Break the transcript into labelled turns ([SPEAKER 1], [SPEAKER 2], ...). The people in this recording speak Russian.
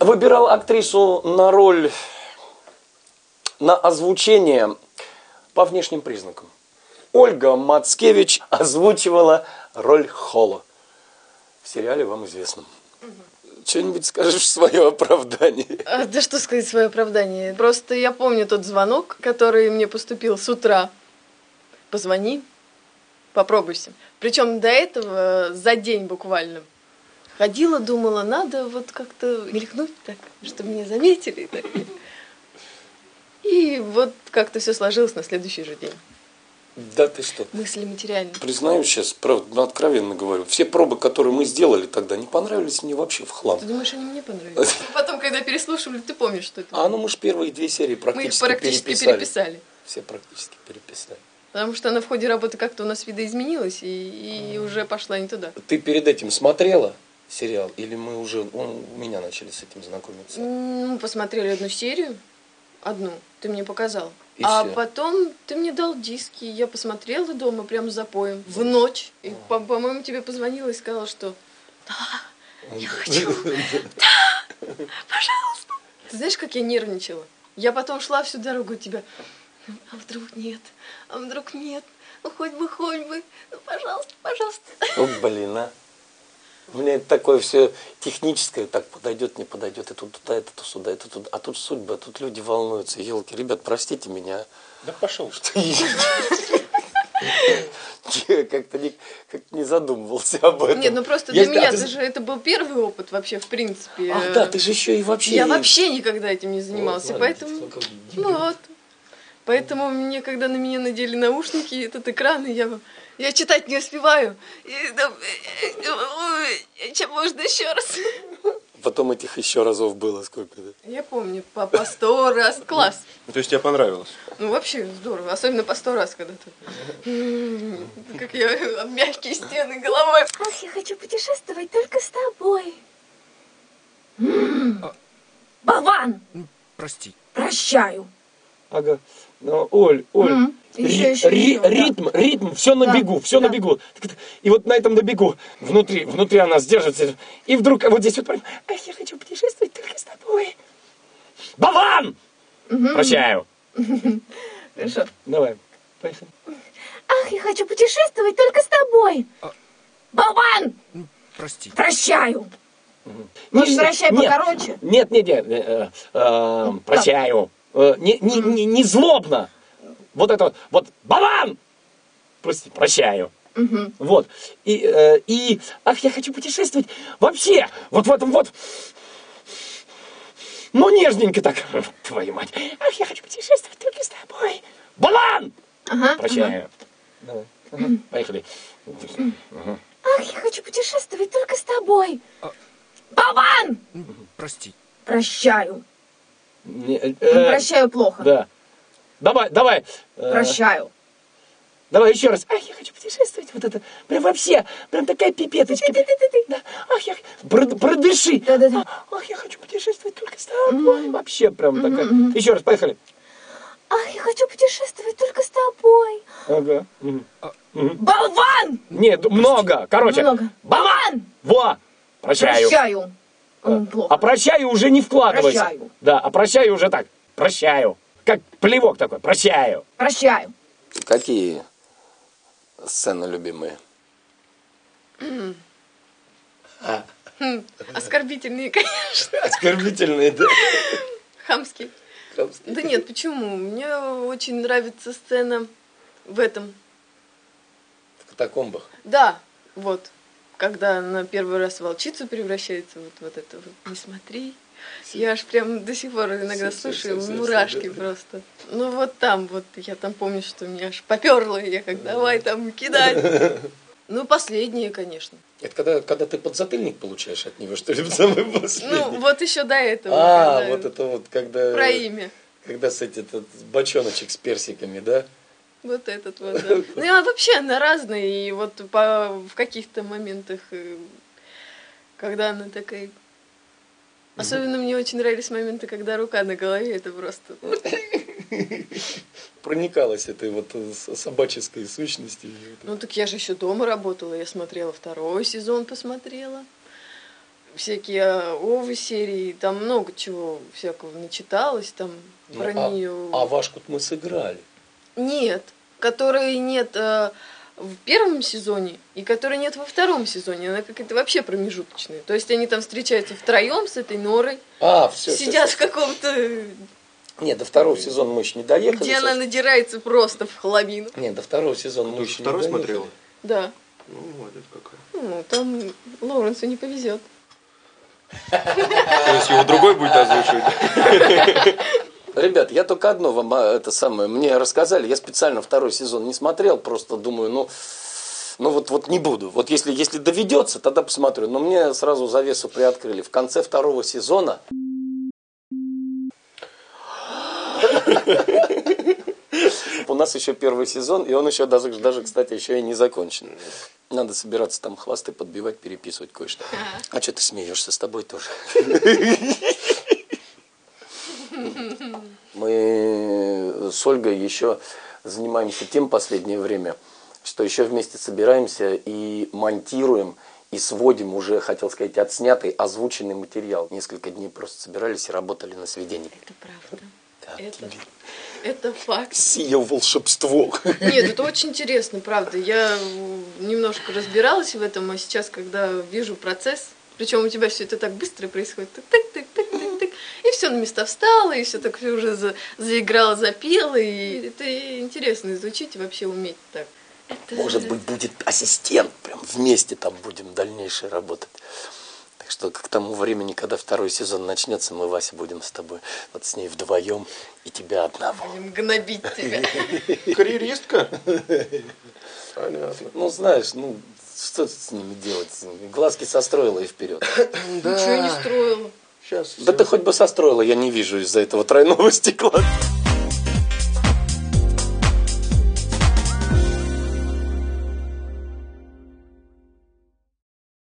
[SPEAKER 1] выбирал актрису на роль, на озвучение по внешним признакам. Ольга Мацкевич озвучивала роль Холла в сериале вам известном. Что-нибудь скажешь в свое оправдание?
[SPEAKER 2] А, Да что сказать свое оправдание. Просто я помню тот звонок, который мне поступил с утра. Позвони, попробуйся. Причем до этого э, за день буквально. Ходила, думала, надо вот как-то мелькнуть так, чтобы меня заметили. и так. И вот как-то все сложилось на следующий же день.
[SPEAKER 1] Да ты что?
[SPEAKER 2] Мысли материальные.
[SPEAKER 1] Признаю сейчас, правда, ну, откровенно говорю, все пробы, которые мы сделали тогда, не понравились мне вообще в хлам.
[SPEAKER 2] Ты думаешь, они мне понравились? Потом, когда переслушивали, ты помнишь, что это?
[SPEAKER 1] А ну мы же первые две серии
[SPEAKER 2] Мы их
[SPEAKER 1] практически,
[SPEAKER 2] практически
[SPEAKER 1] переписали.
[SPEAKER 2] переписали.
[SPEAKER 1] Все практически переписали.
[SPEAKER 2] Потому что она в ходе работы как-то у нас видоизменилась и, и уже пошла не туда.
[SPEAKER 1] Ты перед этим смотрела сериал или мы уже, он, у меня начали с этим знакомиться?
[SPEAKER 2] Ну, посмотрели одну серию, одну, ты мне показал.
[SPEAKER 1] И
[SPEAKER 2] а
[SPEAKER 1] всё.
[SPEAKER 2] потом ты мне дал диски, я посмотрела дома прям с запоем, в ночь. И, по- по-моему, тебе позвонила и сказала, что
[SPEAKER 1] Я
[SPEAKER 2] Ты знаешь, как я нервничала? Я потом шла всю дорогу у тебя. «Ну, А вдруг нет? А вдруг нет? Ну, хоть бы, хоть бы. Ну, пожалуйста, пожалуйста.
[SPEAKER 1] О, блин, а. У меня это такое все техническое, так подойдет, не подойдет, это туда, это то сюда, это туда. А тут судьба, тут люди волнуются. Елки, ребят, простите меня. а.
[SPEAKER 3] Да пошел.
[SPEAKER 1] Что я как-то не, как не задумывался об этом.
[SPEAKER 2] Нет, ну просто для
[SPEAKER 3] Если- а
[SPEAKER 2] меня
[SPEAKER 3] ты
[SPEAKER 2] это
[SPEAKER 3] з-
[SPEAKER 2] же это был первый опыт вообще, в принципе.
[SPEAKER 1] Ах, да, ты же еще и вообще...
[SPEAKER 2] э, Я вообще никогда этим не занимался,
[SPEAKER 1] Ладно,
[SPEAKER 2] поэтому...
[SPEAKER 1] только-
[SPEAKER 2] Ну вот. Поэтому мне, когда на меня надели наушники, и этот экран, и я, я читать не успеваю. И там, ой, чем можно еще раз?
[SPEAKER 1] Потом этих еще разов было сколько да?
[SPEAKER 2] Я помню, по, по сто раз класс.
[SPEAKER 3] Ну, то есть тебе понравилось?
[SPEAKER 2] Ну, вообще здорово, особенно по сто раз, когда ты... М, Как я об мягкие стены головой.
[SPEAKER 4] Ох, я хочу путешествовать только с тобой. М. А. Болван!
[SPEAKER 5] Прости.
[SPEAKER 4] Прощаю.
[SPEAKER 1] Ага. Ну, Оль, Оль.
[SPEAKER 4] Мгм. Ещё,
[SPEAKER 1] ри-
[SPEAKER 4] ещё,
[SPEAKER 1] ри-
[SPEAKER 4] ещё, да.
[SPEAKER 1] ритм, ритм, все на
[SPEAKER 4] Да,
[SPEAKER 1] бегу, все на
[SPEAKER 4] да.
[SPEAKER 1] бегу. И вот на этом на бегу. Внутри, внутри она сдержится. И вдруг вот здесь вот прям, а я хочу путешествовать только с тобой. Балан! Прощаю.
[SPEAKER 2] Хорошо.
[SPEAKER 1] Давай. Поехали.
[SPEAKER 4] Ах, я хочу путешествовать только с тобой. Болван!
[SPEAKER 5] Прости.
[SPEAKER 4] Прощаю.
[SPEAKER 1] Не-
[SPEAKER 4] Может, прощай
[SPEAKER 1] нет.
[SPEAKER 4] покороче?
[SPEAKER 1] Нет, нет, нет. э, э, э, Прощаю. Э, Не не- не- не злобно. Вот это вот, вот балан! Прости, прощаю. Вот. И, э, и, ах, я хочу путешествовать вообще. Вот в этом вот. Ну, нежненько так. Твою мать. Ах, я хочу путешествовать только с тобой. Балан! Прощаю. Давай. Ага, Поехали.
[SPEAKER 4] Ах, я хочу путешествовать только с тобой. Болван!
[SPEAKER 5] Прости.
[SPEAKER 4] Прощаю.
[SPEAKER 1] Не, э,
[SPEAKER 4] Ну,
[SPEAKER 1] э,
[SPEAKER 4] Прощаю плохо.
[SPEAKER 1] Да. Давай, давай. Э,
[SPEAKER 4] Прощаю.
[SPEAKER 1] Давай еще раз. Ах, я хочу путешествовать. Вот это. Прям вообще. Прям такая пипеточка. Да. Ах, я... Про- Продыши.
[SPEAKER 4] Да-да-да.
[SPEAKER 1] А, Ах, я хочу путешествовать только с тобой. Вообще прям такая. Еще раз, поехали.
[SPEAKER 4] Ах, я хочу путешествовать только с тобой.
[SPEAKER 1] Ага.
[SPEAKER 4] Болван!
[SPEAKER 1] Нет, много. Короче.
[SPEAKER 4] Много.
[SPEAKER 1] Балан! Во! Прощаю.
[SPEAKER 4] Прощаю. М,
[SPEAKER 1] А
[SPEAKER 4] Плохо.
[SPEAKER 1] прощаю уже не вкладывайся.
[SPEAKER 4] Прощаю.
[SPEAKER 1] Да, а прощаю уже так. Прощаю. Как плевок такой. Прощаю.
[SPEAKER 4] Прощаю.
[SPEAKER 1] Какие сцены любимые? А.
[SPEAKER 2] Оскорбительные, конечно.
[SPEAKER 1] Оскорбительные, да?
[SPEAKER 2] Хамские. Да нет, почему? Мне очень нравится сцена в этом.
[SPEAKER 1] В катакомбах.
[SPEAKER 2] Да, вот. Когда она первый раз в волчицу превращается, вот, вот это вот, не смотри. Я аж прям до сих пор иногда
[SPEAKER 1] Всё, всё,
[SPEAKER 2] слушаю,
[SPEAKER 1] всё, всё,
[SPEAKER 2] мурашки
[SPEAKER 1] всё, да.
[SPEAKER 2] просто. Ну вот там вот, я там помню, что меня аж поперло, и я как, давай там кидай. Ну, последние, конечно.
[SPEAKER 1] Это когда, когда ты подзатыльник получаешь от него, что ли, в самый
[SPEAKER 2] Ну,
[SPEAKER 1] последний?
[SPEAKER 2] вот еще до этого.
[SPEAKER 1] а,
[SPEAKER 2] когда
[SPEAKER 1] вот это вот, когда...
[SPEAKER 2] Про имя.
[SPEAKER 1] Когда, кстати, этот бочоночек с персиками, да?
[SPEAKER 2] Вот этот вот, да. Ну, и она вообще, она разная, и вот по, в каких-то моментах, э, когда она такая... Особенно мне очень нравились моменты, когда рука на голове, это просто... ну,
[SPEAKER 1] Проникалась этой вот э, с- собаческой сущностью.
[SPEAKER 2] Ну, так я же еще дома работала, я смотрела второй сезон, посмотрела. всякие овы серии, там много чего всякого начиталось, там
[SPEAKER 3] Ну,
[SPEAKER 2] про
[SPEAKER 3] а,
[SPEAKER 2] нее.
[SPEAKER 3] а Вашку-то мы сыграли.
[SPEAKER 2] Нет, которой нет э, в первом сезоне и которой нет во втором сезоне. Она какая-то вообще промежуточная. То есть они там встречаются втроем с этой Норой,
[SPEAKER 3] А, все.
[SPEAKER 2] сидят в каком-то,
[SPEAKER 3] Нет, до второго сезона мы еще не доехали.
[SPEAKER 2] где она
[SPEAKER 3] Саш.
[SPEAKER 2] надирается просто в хламину.
[SPEAKER 3] Нет, до второго сезона мы
[SPEAKER 6] Ты же
[SPEAKER 3] еще
[SPEAKER 6] второй
[SPEAKER 3] не доехали.
[SPEAKER 6] смотрела?
[SPEAKER 2] Да.
[SPEAKER 6] Ну, вот это какая.
[SPEAKER 2] Ну, там Лоуренсу не повезет.
[SPEAKER 6] То есть его другой будет озвучивать?
[SPEAKER 3] Ребят, я только одно вам а, это самое мне рассказали. Я специально второй сезон не смотрел, просто думаю, ну, ну вот, вот не буду. Вот если, если доведется, тогда посмотрю. Но мне сразу завесу приоткрыли. В конце второго сезона у нас еще первый сезон, и он еще даже, даже кстати, еще и не закончен. Надо собираться там хвосты подбивать, переписывать кое-что. А что ты смеешься с тобой тоже? Мы э, с Ольгой еще занимаемся тем последнее время, что еще вместе собираемся и монтируем, и сводим уже, хотел сказать, отснятый, озвученный материал. Несколько дней просто собирались и работали на сведении.
[SPEAKER 2] Это правда.
[SPEAKER 3] Так,
[SPEAKER 2] Это, это факт.
[SPEAKER 3] Сие волшебство.
[SPEAKER 2] Нет, это очень интересно, правда. Я э, немножко разбиралась в этом, а сейчас, когда вижу процесс, причем у тебя все это так быстро происходит, тык тык тык тык тык тык и все на места встало, и все так всё уже за- заиграло, запело, и это интересно изучить и вообще уметь так. Это-
[SPEAKER 3] Может быть, будет ассистент, прям вместе там будем дальнейшее работать. Так что к тому времени, когда второй сезон начнется, мы, Вася, будем с тобой, вот с ней вдвоем и тебя одного.
[SPEAKER 2] Будем гнобить тебя.
[SPEAKER 6] Карьеристка? Понятно.
[SPEAKER 3] Ну, знаешь, ну, что с ними делать? Глазки состроила и вперед.
[SPEAKER 2] Ничего не строила.
[SPEAKER 6] Сейчас.
[SPEAKER 3] Да ты хоть бы состроила, я не вижу из-за этого тройного стекла.